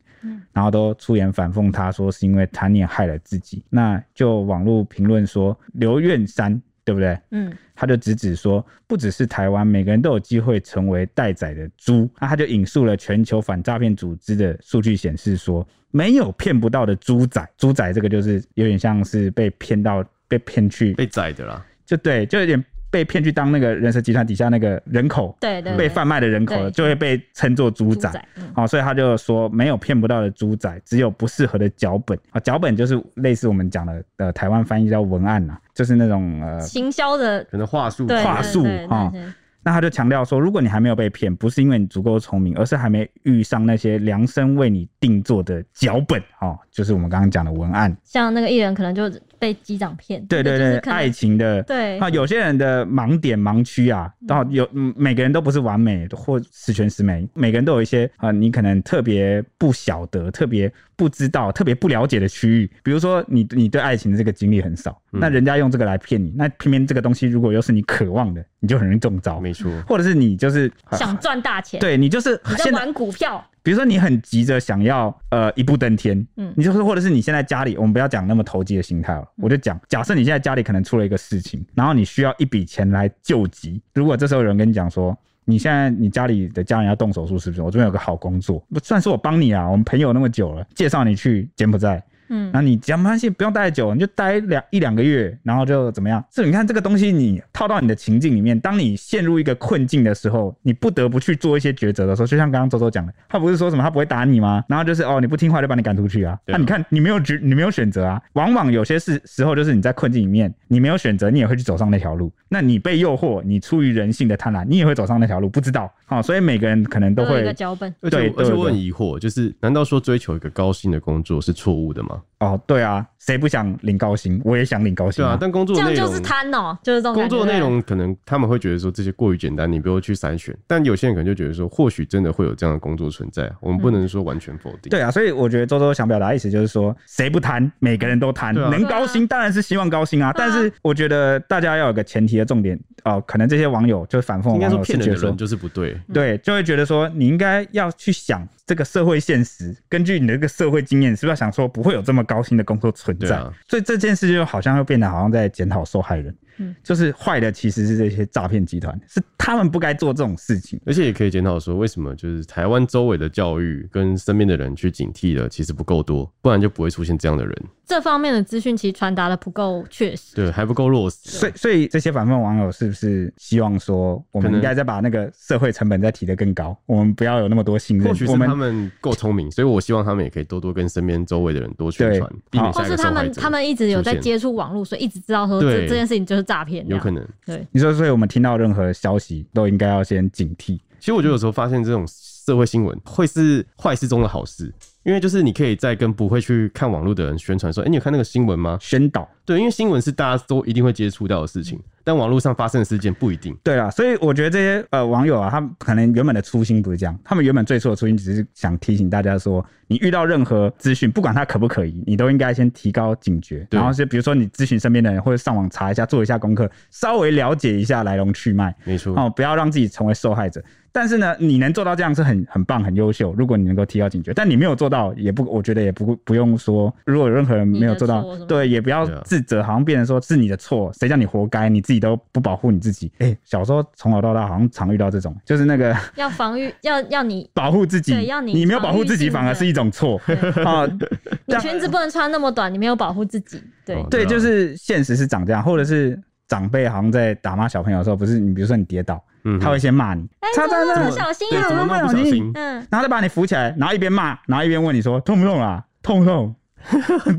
然后都出言反讽他，说是因为贪念害了自己。那就网络评论说刘院山对不对？嗯，他就直指说，不只是台湾，每个人都有机会成为待宰的猪。那他就引述了全球反诈骗组织的数据显示说，没有骗不到的猪仔。猪仔这个就是有点像是被骗到被骗去，被宰的啦，就对，就有点被骗去当那个人蛇集团底下那个人口对对被对贩卖的人口，对就会被称作猪猪仔。哦仔嗯好、所以他就说没有骗不到的猪仔，只有不适合的脚本啊。脚本就是类似我们讲的呃台湾翻译叫文案呐、就是那种呃行销的可能话术对话术对对啊对对那他就强调说，如果你还没有被骗，不是因为你足够聪明，而是还没遇上那些量身为你定做的脚本哦，就是我们刚刚讲的文案。像那个艺人可能就被机长骗，对这对个就对，是可能爱情的。对啊，有些人的盲点盲区啊，然后有嗯每个人都不是完美或十全十美，每个人都有一些啊、呃你可能特别不晓得、特别不知道、特别不了解的区域。比如说你，你对爱情的这个经历很少，那人家用这个来骗你，那偏偏这个东西如果又是你渴望的，你就很容易中招，没错，或者是你就是想赚大钱，，对你就是你在现在，玩股票，比如说你很急着想要呃一步登天，嗯你就是或者是你现在家里，我们不要讲那么投机的心态了，我就讲，假设你现在家里可能出了一个事情，然后你需要一笔钱来救急，如果这时候有人跟你讲说。你现在你家里的家人要动手术是不是？我这边有个好工作，不算是我帮你啊，我们朋友那么久了，介绍你去柬埔寨，嗯那你讲没关系，不用待久，你就待两一两个月，然后就怎么样？这你看这个东西，你套到你的情境里面，当你陷入一个困境的时候，你不得不去做一些抉择的时候，就像刚刚周周讲的，他不是说什么他不会打你吗？ 然后就是哦，你不听话就把你赶出去啊。对那、啊你看你没有抉，你没有选择啊。往往有些事时候就是你在困境里面，你没有选择，你也会去走上那条路。那你被诱惑，你出于人性的贪婪，你也会走上那条路，不知道好、哦所以每个人可能都有一会个脚本，而且对而且对我很对疑惑，就是难道说追求一个高薪的工作是错误的吗？哦，对啊，谁不想领高薪？我也想领高薪对啊，啊。但工作这样内就是容。贪哦、就是这种工感觉作内。对不对容可能他们会觉得说这些过于简单，你不用去筛选。但有些人可能就觉得说，或许真的会有这样的工作存在，啊我们不能说完全否定。对啊，所以我觉得周周想表达的意思就是说，谁不贪，每个人都贪，对啊能高薪当然是希望高薪啊。但是我觉得大家要有个前提的重点哦、可能这些网友就是反讽应该网说友骗是觉人的得说人，就是嗯不对。对，就会觉得说你应该要去想这个社会现实，根据你的这个社会经验，你是不是要想说不会有这么高薪的工作存对在？啊所以这件事就好像又变得好像在检讨受害人，嗯就是坏的其实是这些诈骗集团，是他们不该做这种事情。而且也可以检讨说，为什么就是台湾周围的教育跟身边的人去警惕的其实不够多，不然就不会出现这样的人。这方面的资讯其实传达的不够确实。对，还不够落实。所以，所以这些反问网友是不是希望说，我可们能应该再把那个社会成本再提得更高？我们不要有那么多信任或许，我是们他们够聪明，所以我希望他们也可以多多跟身边周围的人多宣对传，避免或哦下一哦是个受他害们者。他们一直有在出现接触网络，所以一直知道说这对这件事情就是诈骗这有样，可能。对，你说，所以我们听到任何消息都应该要先警惕。其实我觉得有时候发现这种社会新闻会是坏事中的好事，因为就是你可以再跟不会去看网络的人宣传说，哎、你有看那个新闻吗？宣导。对，因为新闻是大家都一定会接触到的事情，但网络上发生的事件不一定。对啦，所以我觉得这些呃网友啊，他们可能原本的初心不是这样，他们原本最初的初心只是想提醒大家说，你遇到任何资讯，不管它可不可疑，你都应该先提高警觉，对然后是比如说你咨询身边的人，或者上网查一下，做一下功课，稍微了解一下来龙去脉。没错，哦，不要让自己成为受害者。但是呢，你能做到这样是很很棒、很优秀。如果你能够提高警觉，但你没有做到，也不，我觉得也不不用说，如果有任何人没有做你到的错什，么对，也不要对啊自责，好像变成说是你的错，谁叫你活该，你自己都不保护你自己。哎、小时候从小到大好像常遇到这种，就是那个 要防御，要要 你保护自己对要，你你没有保护自己防御性反而的是一种错 啊。这你样裙子不能穿那么短，你没有保护自己，对，哦对，啊就是现实是长这样，或者是长辈好像在打骂小朋友的时候，不是你比如说你跌倒，嗯他会先骂你，他在怎那么不哎小心对，啊怎么那么不 小心？嗯，然后再把你扶起来，然后一边骂，然后一边问你说痛不痛啊？痛不 痛？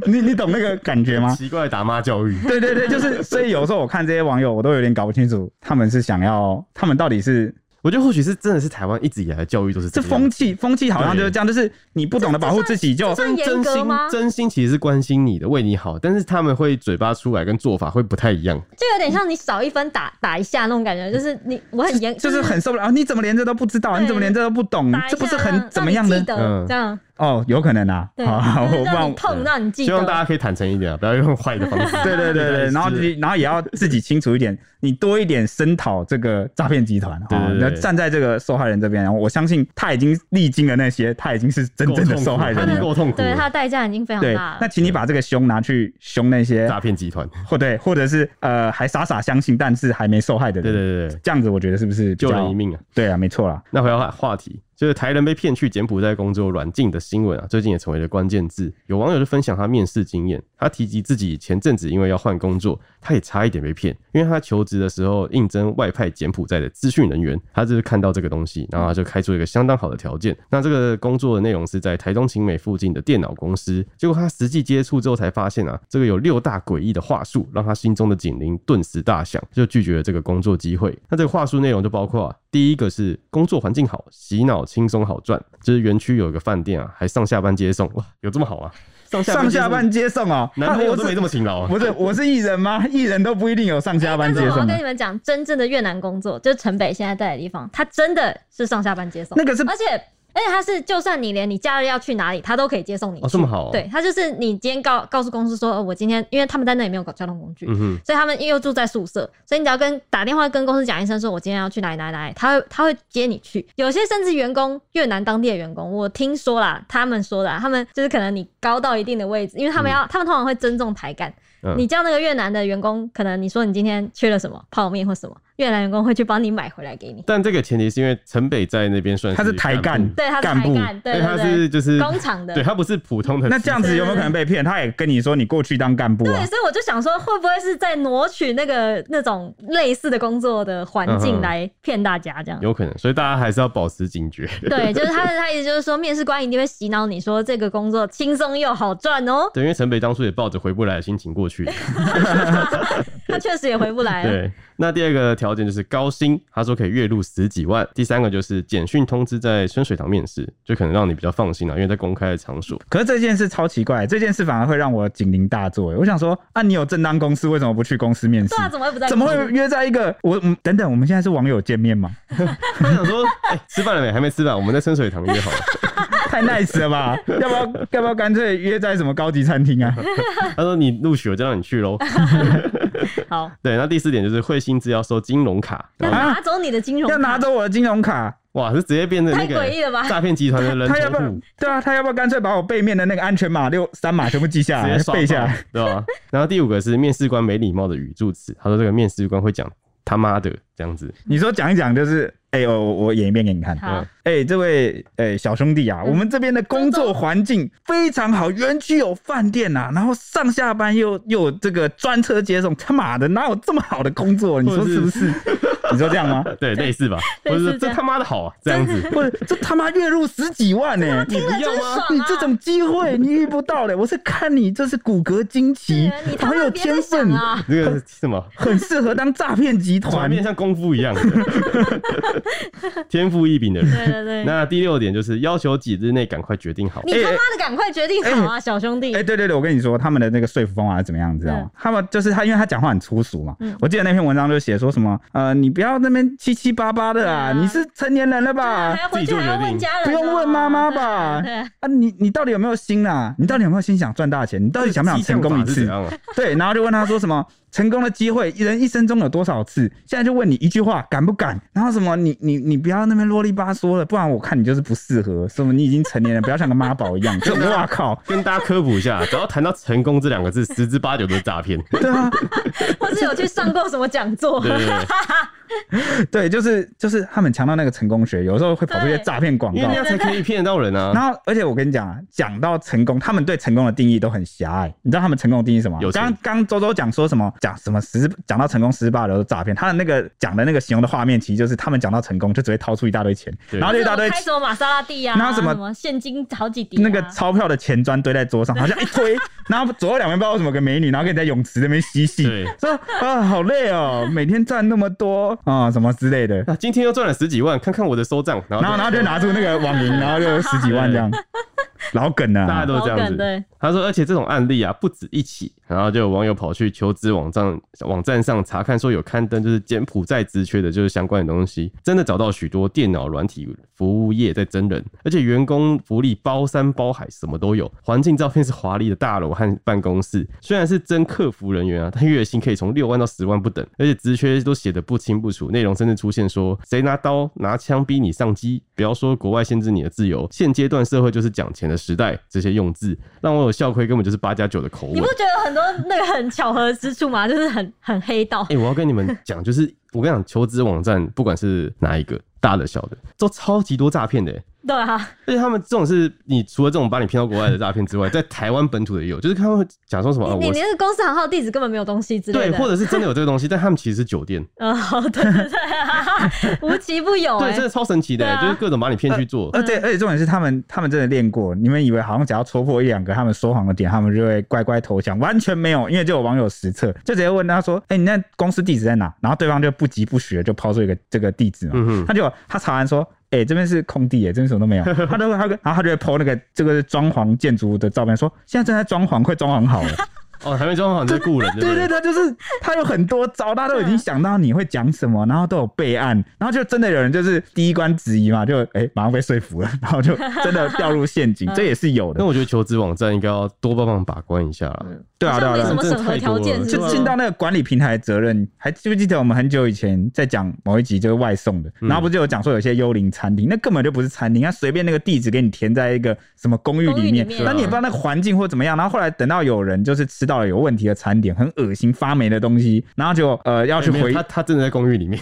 你你懂那个感觉吗？奇怪的打骂教育，对对对，就是，所以有时候我看这些网友，我都有点搞不清楚，他们是想要，他们到底是我觉得或许是真的是台湾一直以来的教育都是这这样风气，风气好像对就是这样，就是你不懂得保护自己就这算真严格心吗？哦真心其实是关心你的，为你好，但是他们会嘴巴出来跟做法会不太一样。就有点像你少一分打打一下那种感觉，就是你我很严，就是很受不了。啊你怎么连这都不知道？啊对你怎么连这都不懂打一？下这不是让很让怎么样你的记？得嗯这样哦，有可能啊，对，好，就是我让不然你。痛，对让你记希望大得。家可以坦诚一点啊，不要用坏的方式。 对对对 对，然后自己然后也要自己清楚一点，你多一点声讨这个诈骗集团对啊，对你要对站在这个受害人这边，然后我相信他已经历经了那些，他已经是真正的受害人他已经了。够痛苦对，它 的了。代价已经非常对大，那了。请你把这个凶拿去凶那些，诈骗集团，或对，或者是呃还傻傻相信但是还没受害的对人，对对对，这样子我觉得是不是比救较人一？命啊！对啊，没错啦。那回到话题，就是台人被骗去柬埔寨工作软禁的新闻啊，最近也成为了关键字。有网友就分享他面试经验，他提及自己前阵子因为要换工作，他也差一点被骗，因为他求职的时候应征外派柬埔寨的资讯人员，他就是看到这个东西，然后他就开出一个相当好的条件。那这个工作的内容是在台中勤美附近的电脑公司，结果他实际接触之后才发现啊，这个有六大诡异的话术，让他心中的警铃顿时大响，就拒绝了这个工作机会。那这个话术内容就包括啊，第一个是工作环境好，洗脑轻松好赚，就是园区有一个饭店啊，还上下班接送，哇，有这么好啊？上下上下班接接送哦，送，男朋友 我都没这么勤劳啊。不是我是艺人吗？艺人都不一定有上下班但接是我要送跟的你，们讲，真正的越南工作，就是城北现在在的地方，它真的是上下班接送，那个是而且而且它是，就算你连你假日要去哪里，它都可以接送你去。哦，这么好、啊，对，，它就是你今天告告诉公司说，哦，我今天因为他们在那里没有搞交通工具， 嗯哼，所以他们又住在宿舍，所以你只要跟打电话跟公司讲一声，说我今天要去哪里哪里哪里，他会他会接你去。有些甚至员工，越南当地的员工，我听说啦，他们说的啊，他们就是可能你高到一定的位置，因为他们要、他们通常会尊重台干，嗯你叫那个越南的员工，可能你说你今天缺了什么泡面或什么，越南员工会去帮你买回来给你。但这个前提是因为城北在那边算他是台干部，对，他是干台部干，对对，他对是对，就是工厂的对。他不是普通的。那这样子有没有可能被骗？他也跟你说你过去当干部啊对，，所以我就想说，会不会是在挪取那个那种类似的工作的环嗯哼境来骗大家这样？有可能，所以大家还是要保持警觉。 对，就是他的，他意思就是说，面试官一定会洗脑你说这个工作轻松又好赚哦。对，因为城北当初也抱着回不来的心情过去的。他确实也回不来了。对，那第二个条件就是高薪，他说可以月入十几万。第三个就是简讯通知在深水堂面试，就可能让你比较放心啊，因为在公开的场所。可是这件事超奇怪，这件事反而会让我警铃大作。我想说，啊，你有正当公司，为什么不去公司面试对？啊，怎么会不在？怎么会？约在一个我？嗯等等，我们现在是网友见面吗？ 他想说，哎、吃饭了没？还没吃饭，我们在深水堂约好了。太 nice 了吧？要不要？要不要干脆约在什么高级餐厅啊？他说你录取，我就让你去喽。好，对，那第四点就是汇薪资要收金融卡，要然后拿走你的金融卡，要拿走我的金融卡？哇，是直接变成那太诡异了个吧诈骗集团的人他要不头要户。？对啊，他要不要干脆把我背面的那个安全码六三码全部记下直来接，哎刷背下爆来？，对吧？然后第五个是面试官没礼貌的语助词，他说这个面试官会讲他妈的这样子，你说讲一讲，就是哎、我我我演一遍给你看。好，哎、这位哎、小兄弟啊，嗯我们这边的工作环境非常好，园区有饭店呐、然后上下班又又有这个专车接送，他妈的哪有这么好的工作？你说是不是？ 你说这样吗？对，类似吧？类或者似说这这样他妈的好啊，这样子， 不是，这他妈月入十几万呢、你你不要真吗？爽啊你这种机会你遇不到的，我是看你这是骨骼惊奇对啊你，他很妈有别天再想分，啊！这个是 什么？很适合当诈骗集突然团。变像功夫一样， 天赋异禀的人。对对对， 那第六点就是要求几日内赶快决定好。你他妈的赶快决定好啊，小兄弟哎、！对对对，我跟你说，他们的那个说服方法是怎么样，你知道吗？他们就是他，因为他讲话很粗俗嘛。嗯我记得那篇文章就写说什么，呃，你不要那边七七八八的啊，对啊你是成年人了吧啊还？要回自己去做还要决定问家人，不用问妈妈吧对啊，啊，你你到底有没有心啊？你到底有没有心想赚大钱？你到底想不想成功一激将法是怎次？样啊？对，然后就问他说什么成功的机会，人一生中有多少次？现在就问你一句话，敢不敢？然后什么你你你不要那边啰里吧嗦的，不然我看你就是不适合。什么你已经成年人，不要像个妈宝一样。这哇靠，跟大家科普一下，只要谈到成功这两个字，十之八九都是 诈骗。对啊，对啊或是有去上过什么讲座？ 对对 对，对，就是就是他们强调那个成功学，有时候会跑出一些对诈骗广因为告那。样才可以骗得到人然啊。后，而且我跟你讲啊，讲到成功，他们对成功的定义都很狭隘。你知道他们成功的定义是什么有？钱刚刚周周讲说什么讲什么十讲到成功十之八九都是诈骗，他的那个讲的那个形容的画面，其实就是他们讲到成功就只会掏出一大堆钱，对然后就一大堆开什么玛莎拉蒂啊，然后什么现金好几叠啊，那个钞票的钱砖堆在桌上，好像一 推，然后左右两边不知道有什么个美女，然后跟你在泳池那边嬉戏对，说啊好累哦，每天赚那么多啊、什么之类的，那今天又赚了十几万，看看我的收账，然然后后然后就拿出那个网银，然后就十几万 这样，老梗了、大家啊。都这样老梗子对。他说，而且这种案例啊不止一起，然后就有网友跑去求职网站网站上查看，说有刊登就是柬埔寨职缺的，就是相关的东西，真的找到许多电脑软体服务业在真人，而且员工福利包山包海，什么都有。环境照片是华丽的大楼和办公室，虽然是真客服人员啊，但月薪可以从六万到十万不等，而且职缺都写的不清不楚，内容甚至出现说谁拿刀拿枪逼你上机，不要说国外限制你的自由，现阶段社会就是讲钱的时代，这些用字让我有笑亏，根本就是八加九的口你吻不。觉得有很多那个很巧合之处吗？就是很很黑道哎、，我要跟你们讲，就是我跟你讲，求职网站不管是哪一个，大的小的，都超级多诈骗的、欸。对啊，而且他们这种是你除了这种把你骗到国外的诈骗之外，在台湾本土的也有，就是他们会假装什么、啊、你我你那个公司行号地址根本没有东西之类对，的，或者是真的有这个 东西，但他们其实是酒店，嗯，对对对啊， 无奇不哦有对，哎真，的超神奇的、对啊就是各种把你骗去做。 而且而且重点是他们他们真的练过，你们以为好像只要戳破一两个他们说谎的点，他们就会乖乖投降，完全没有，因为就有网友实测，就直接问他说：“哎、你那公司地址在哪？”然后对方就不疾不徐的就抛出一个这个地址嘛，嗯哼，他就他查完说。哎、这边是空地耶，这边什么都没有。他都他然后他就会 PO 那个这个是装潢建筑的照片，说现在正在装潢，快装潢好了。哦，台湾装潢在雇 人，对对不对，啊他对？就是他有很多招，大家都已经想到你会讲什么，然后都有备案，然后就真的有人就是第一关质疑嘛，就哎、马上被说服了，然后就真的掉入陷 阱，这也是有那的。我觉得求职网站应该要多帮忙把关一下啦。对啊对啊好像对没什么啊，审核条件，是就不进是？到那个管理平台的责任，还记不记得我们很久以前在讲某一集就是外送的，然后不是有讲说有些幽灵餐厅，那根本就不是餐厅，他随便那个地址给你填在一个什么公寓公寓里里面面，那你也不知道那个环境或怎么样。然后后来等到有人就是吃到了有问题的餐点，很恶心发霉的东西，然后就呃要要去回哎他，他真的在公寓 里面，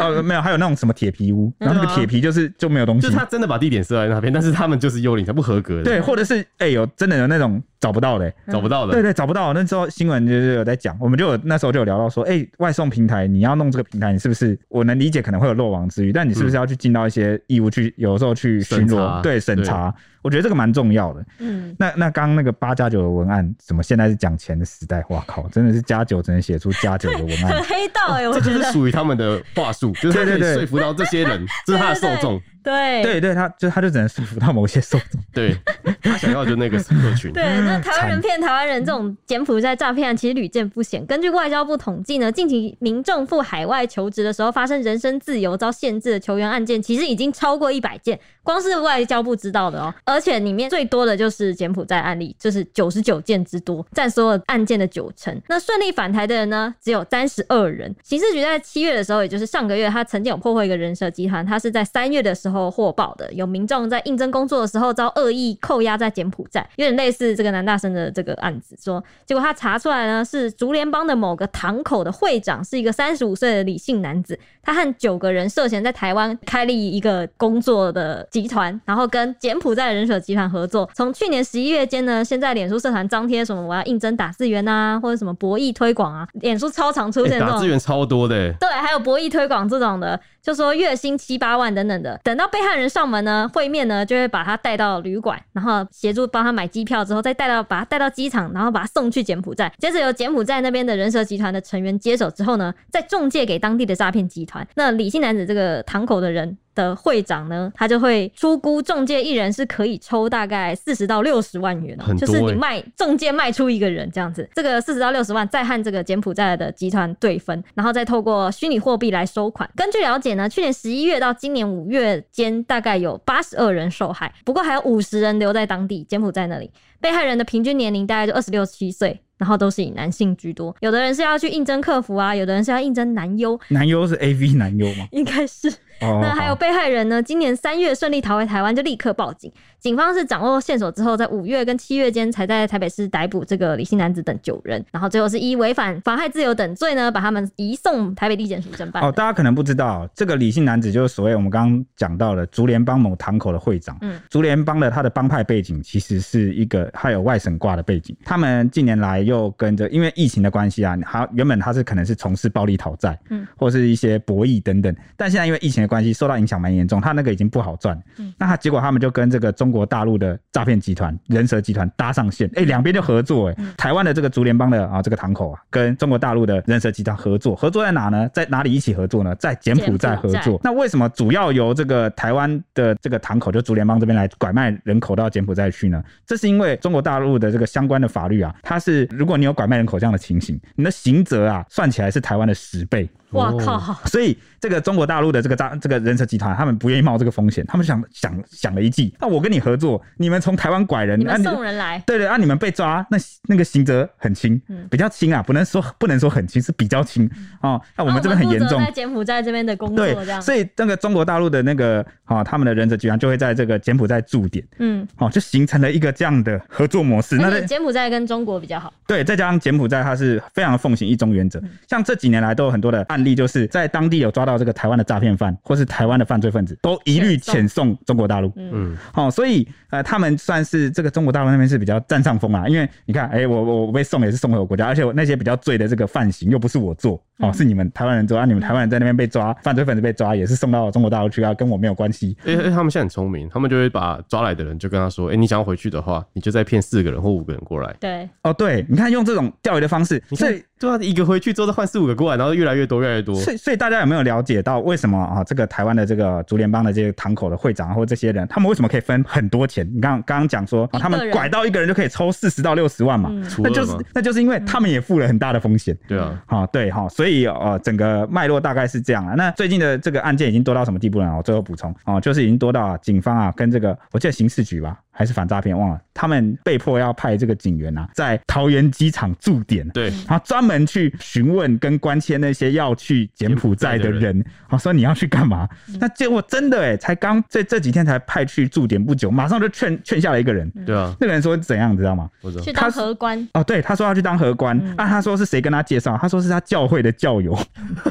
哦，没有，还有那种什么铁皮屋，然后那个铁皮就是就没有东嗯就西是，他真的把地点设在那边，但是他们就是幽灵，他不合格的，对，，或者是哎、有真的有那种找不到的、找不到的。对对，找不到。那时候新闻就是有在讲，我们就有那时候就有聊到说，哎、外送平台你要弄这个平台，你是不是我能理解可能会有漏网之鱼，但你是不是要去尽到一些义务去，有时候去巡审查逻，对审对查，我觉得这个蛮重要的。嗯，那那刚刚那个八加九的文案，怎么现在是讲钱的时代？哇靠，真的是加九只能写出加九的 文案很。黑道哎，我这就觉是得。属于他们的话术，就是他可对对以对说服到这些人，这是他的受众。对对对，他就他就只能束缚到某些受众。对他想要的就那个客群，对，那台湾人骗台湾人这种柬埔寨诈骗案其实屡见不鲜。根据外交部统计呢，近期民众赴海外求职的时候发生人身自由遭限制的球员案件，其实已经超过一百件，光是外交部知道的哦、而且里面最多的就是柬埔寨案例，就是九十九件之多，占所有案件的九成。那顺利返台的人呢，只有三十二人。刑事局在七月的时候，也就是上个月，他曾经有破获一个人蛇集团，他是在三月的时候获报的，有民众在应征工作的时候遭恶意扣押在柬埔寨，有点类似这个南大生的这个案子。说，结果他查出来呢，是竹联帮的某个堂口的会长，是一个三十五岁的李姓男子，他和九个人涉嫌在台湾开立一个工作的集团，然后跟柬埔寨的人蛇集团合作。从去年十一月间呢，现在脸书社团张贴什么我要应征打字员啊，或者什么博弈推广啊，脸书超常出欸现这打种资源超多的欸，对，还有博弈推广这种的，就说月薪七八万等等的。等到被害人上门呢，会面呢就会把他带到旅馆，然后协助帮他买机票，之后再带到把他带到机场，然后把他送去柬埔寨。接着由柬埔寨那边的人蛇集团的成员接手之后呢，再中介给当地的诈骗集团。那李姓男子这个堂口的人。的会长呢，他就会出估中介一人是可以抽大概四十到六十万元哦、很多就是你欸卖中介卖出一个人这样子，这个四十到六十万再和这个柬埔寨的集团对分，然后再透过虚拟货币来收款。根据了解呢，去年十一月到今年五月间，大概有八十二人受害，不过还有五十人留在当地柬埔寨那里。被害人的平均年龄大概就二十六七岁。然后都是以男性居多，有的人是要去应征客服啊，有的人是要应征男优，男优是 A V 男优吗？应该是哦，那还有好被害人呢？今年三月顺利逃回台湾，就立刻报警。警方是掌握线索之后，在五月跟七月间才在台北市逮捕这个李姓男子等九人，然后最后是依违反妨害自由等罪呢，把他们移送台北地检署侦办。哦，大家可能不知道，这个李姓男子就是所谓我们刚刚讲到的竹联帮某堂口的会长。嗯嗯，竹联帮的他的帮派背景其实是一个还有外省挂的背景。他们近年来又跟着因为疫情的关系啊，他原本他是可能是从事暴力讨债，嗯嗯，或是一些博弈等等，但现在因为疫情的关系受到影响蛮严重，他那个已经不好赚。嗯嗯，那他结果他们就跟这个中国大陆的诈骗集团人蛇集团搭上线，哎、两边就合作、哎、台湾的这个竹联帮的啊这个堂口啊，跟中国大陆的人蛇集团合作，合作在哪呢？在哪里一起合作呢？在柬埔寨合柬埔作。那为什么主要由这个台湾的这个堂口，就竹联帮这边来拐卖人口到柬埔寨去呢？这是因为中国大陆的这个相关的法律啊，它是如果你有拐卖人口这样的情形，你的刑责啊算起来是台湾的十倍。哇哦靠！所以这个中国大陆的这个诈这个人蛇集团，他们不愿意冒这个风险，他们想想想了一计，那我跟你合作，你们从台湾拐人，你啊们送人来，对对，啊，你们被抓，那那个刑责很轻，嗯比较轻啊，不能说不能说很轻，是比较轻哦。那、然我后们这边很严负责重在，柬埔寨这边的工作对这，样。所以那个中国大陆的那个哦，他们的忍者集团就会在这个柬埔寨驻点，嗯，哦，就形成了一个这样的合作模式。那而且在柬埔寨跟中国比较好。对，再加上柬埔寨它是非常奉行一中原则，像这几年来都有很多的案例，就是在当地有抓到这个台湾的诈骗犯或是台湾的犯罪分子，都一律遣遣送中国大陆。嗯，哦，所以呃，他们算是这个中国大陆那边是比较占上风啊，因为你看，哎、我我我被送也是送回我国家，而且我那些比较罪的这个犯行又不是我做，哦，是你们台湾人做，啊，你们台湾人在那边被抓，犯罪分子被抓也是送到中国大陆去啊，跟我没有关系。哎、欸他们现在很聪明，他们就会把抓来的人就跟他说，哎、你想要回去的话，你就再骗四个人或五个人过来。对，哦，对，你看用这种钓鱼的方式，你所看以，对啊，一个回去之后再换四五个过来，然后越来越多，越来越多。所以所以大家有没有了解到为什么啊、这个台湾的这个竹联帮的这个堂口的会长啊或这些人，他们为什么可以分很多钱？你刚刚刚讲说、啊，他一个们人拐到一个人就可以抽四十到六十万嘛，嗯，除那了就是嘛，那就是因为他们也付了很大的风险。对啊，好、对哈、所以呃，整个脉络大概是这样啊。那最近的这个案件已经多到什么地步了呢？我最后补充哦，就是已经多到啊，警方啊跟这个我记得刑事局吧，还是反诈骗忘了，他们被迫要派这个警员啊，在桃园机场驻点。啊对，然后专门去询问跟关切那些要去柬埔寨的柬埔寨人，好说你要去干嘛？那结果真的哎、才刚这这几天才派去驻点不久，马上就劝劝下了一个人。对啊，那个人说怎样，你知道吗？我知道去。当荷官，哦，对，他说要去当荷官，啊，他说是谁跟他介绍？他说是他教会的教友，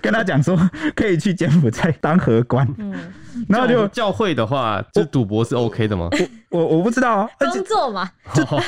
跟他讲说可以去柬埔寨当荷官，嗯，然后就教教会的话，这赌博是 OK 的吗？我我不知道啊，而 且工作嘛，这个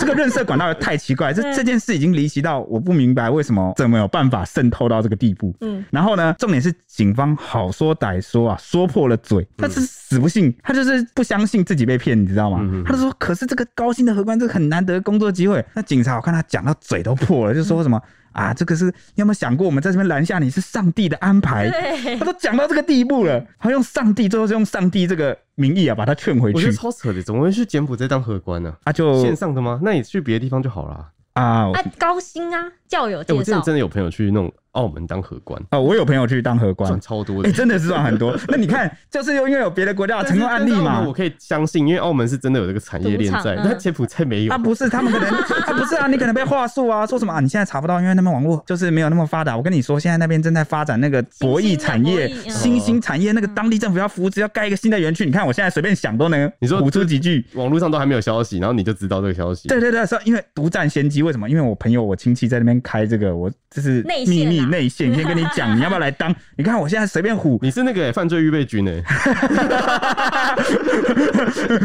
这个认识的管道也太奇怪，这这件事已经离奇到我不明白为什么怎么有办法渗透到这个地步。嗯，然后呢，重点是警方好说歹说啊，说破了嘴，他是死不信，他就是不相信自己被骗，你知道吗？嗯嗯嗯他就说，可是这个高薪的荷官，这个很难得的工作机会。那警察我看他讲到嘴都破了，就说什么。嗯啊，这个是你有没有想过，我们在这边拦下你是上帝的安排？哎对他都讲到这个地步了，他用上帝，最后是用上帝这个名义啊，把他劝回我觉去得。超扯的，怎么会去柬埔寨当荷官呢、他就线上的吗？那你去别的地方就好啦。啊，我啊，高薪啊，教友哎、介我之前绍，真的有朋友去那种澳门当荷官，啊，我有朋友去当荷官赚，超多哎、的。真的是赚很多。那你看，就是因为有别的国家的成功案例但是澳门嘛我。可以相信，因为澳门是真的有这个产业链在，赌场嗯但柬埔寨没有。啊，不是，他们可能啊，不是啊，你可能被话术啊，说什么啊，你现在查不到，因为那边网络就是没有那么发达。我跟你说，现在那边正在发展那个博弈产业、新兴的博弈嗯新兴产业，那个当地政府要扶持，要盖一个新的园区。你看，我现在随便想都能，你说补出几句。网络上都还没有消息，然后你就知道这个消息。对对对，是因为独占先机。为什么？因为我朋友、我亲戚在那边开这个，我这是内线秘密啊内线，先跟你讲，你要不要来当？你看我现在随便唬，你是那个、欸犯罪预备军诶、欸，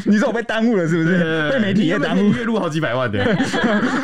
你说我被耽误了是不 是？ 被媒体也耽误你。月入好几百 万的、欸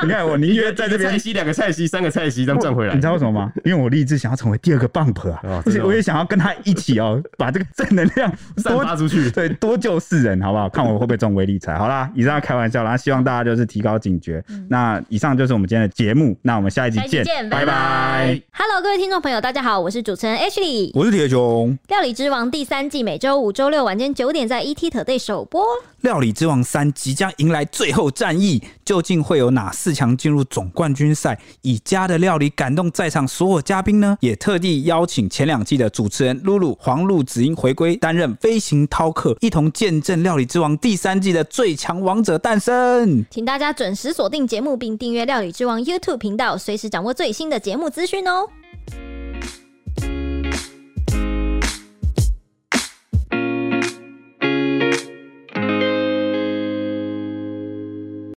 你看我宁愿在这边菜西两个菜西三个菜西这样赚回来。你知道为什么 吗？因为我立志想要成为第二个 bump 啊哦，而真且的哦我也想要跟他一起哦， 把这个正能量散多发出去。 对多救世人，好不好？看我会不会中威力财？好啦，以上开玩笑啦，希望大家就是提高警觉。那以上就是我们今天的节目，那我们下一集下一集见，见拜拜拜。 Hello，各位听众朋友，大家好，我是主持人 H 李。我是铁熊，料理之王第三季每周五、周六晚间九点在 ET Today 首播。料理之王三即将迎来最后战役，究竟会有哪四强进入总冠军赛？以家的料理感动在场所有嘉宾呢？也特地邀请前两季的主持人露露、黄露、子英回归，担任飞行饕客，一同见证料理之王第三季的最强王者诞生。请大家准时锁定节目，并订阅料理之王 YouTube 频道，随时掌握最新的节目资讯哦。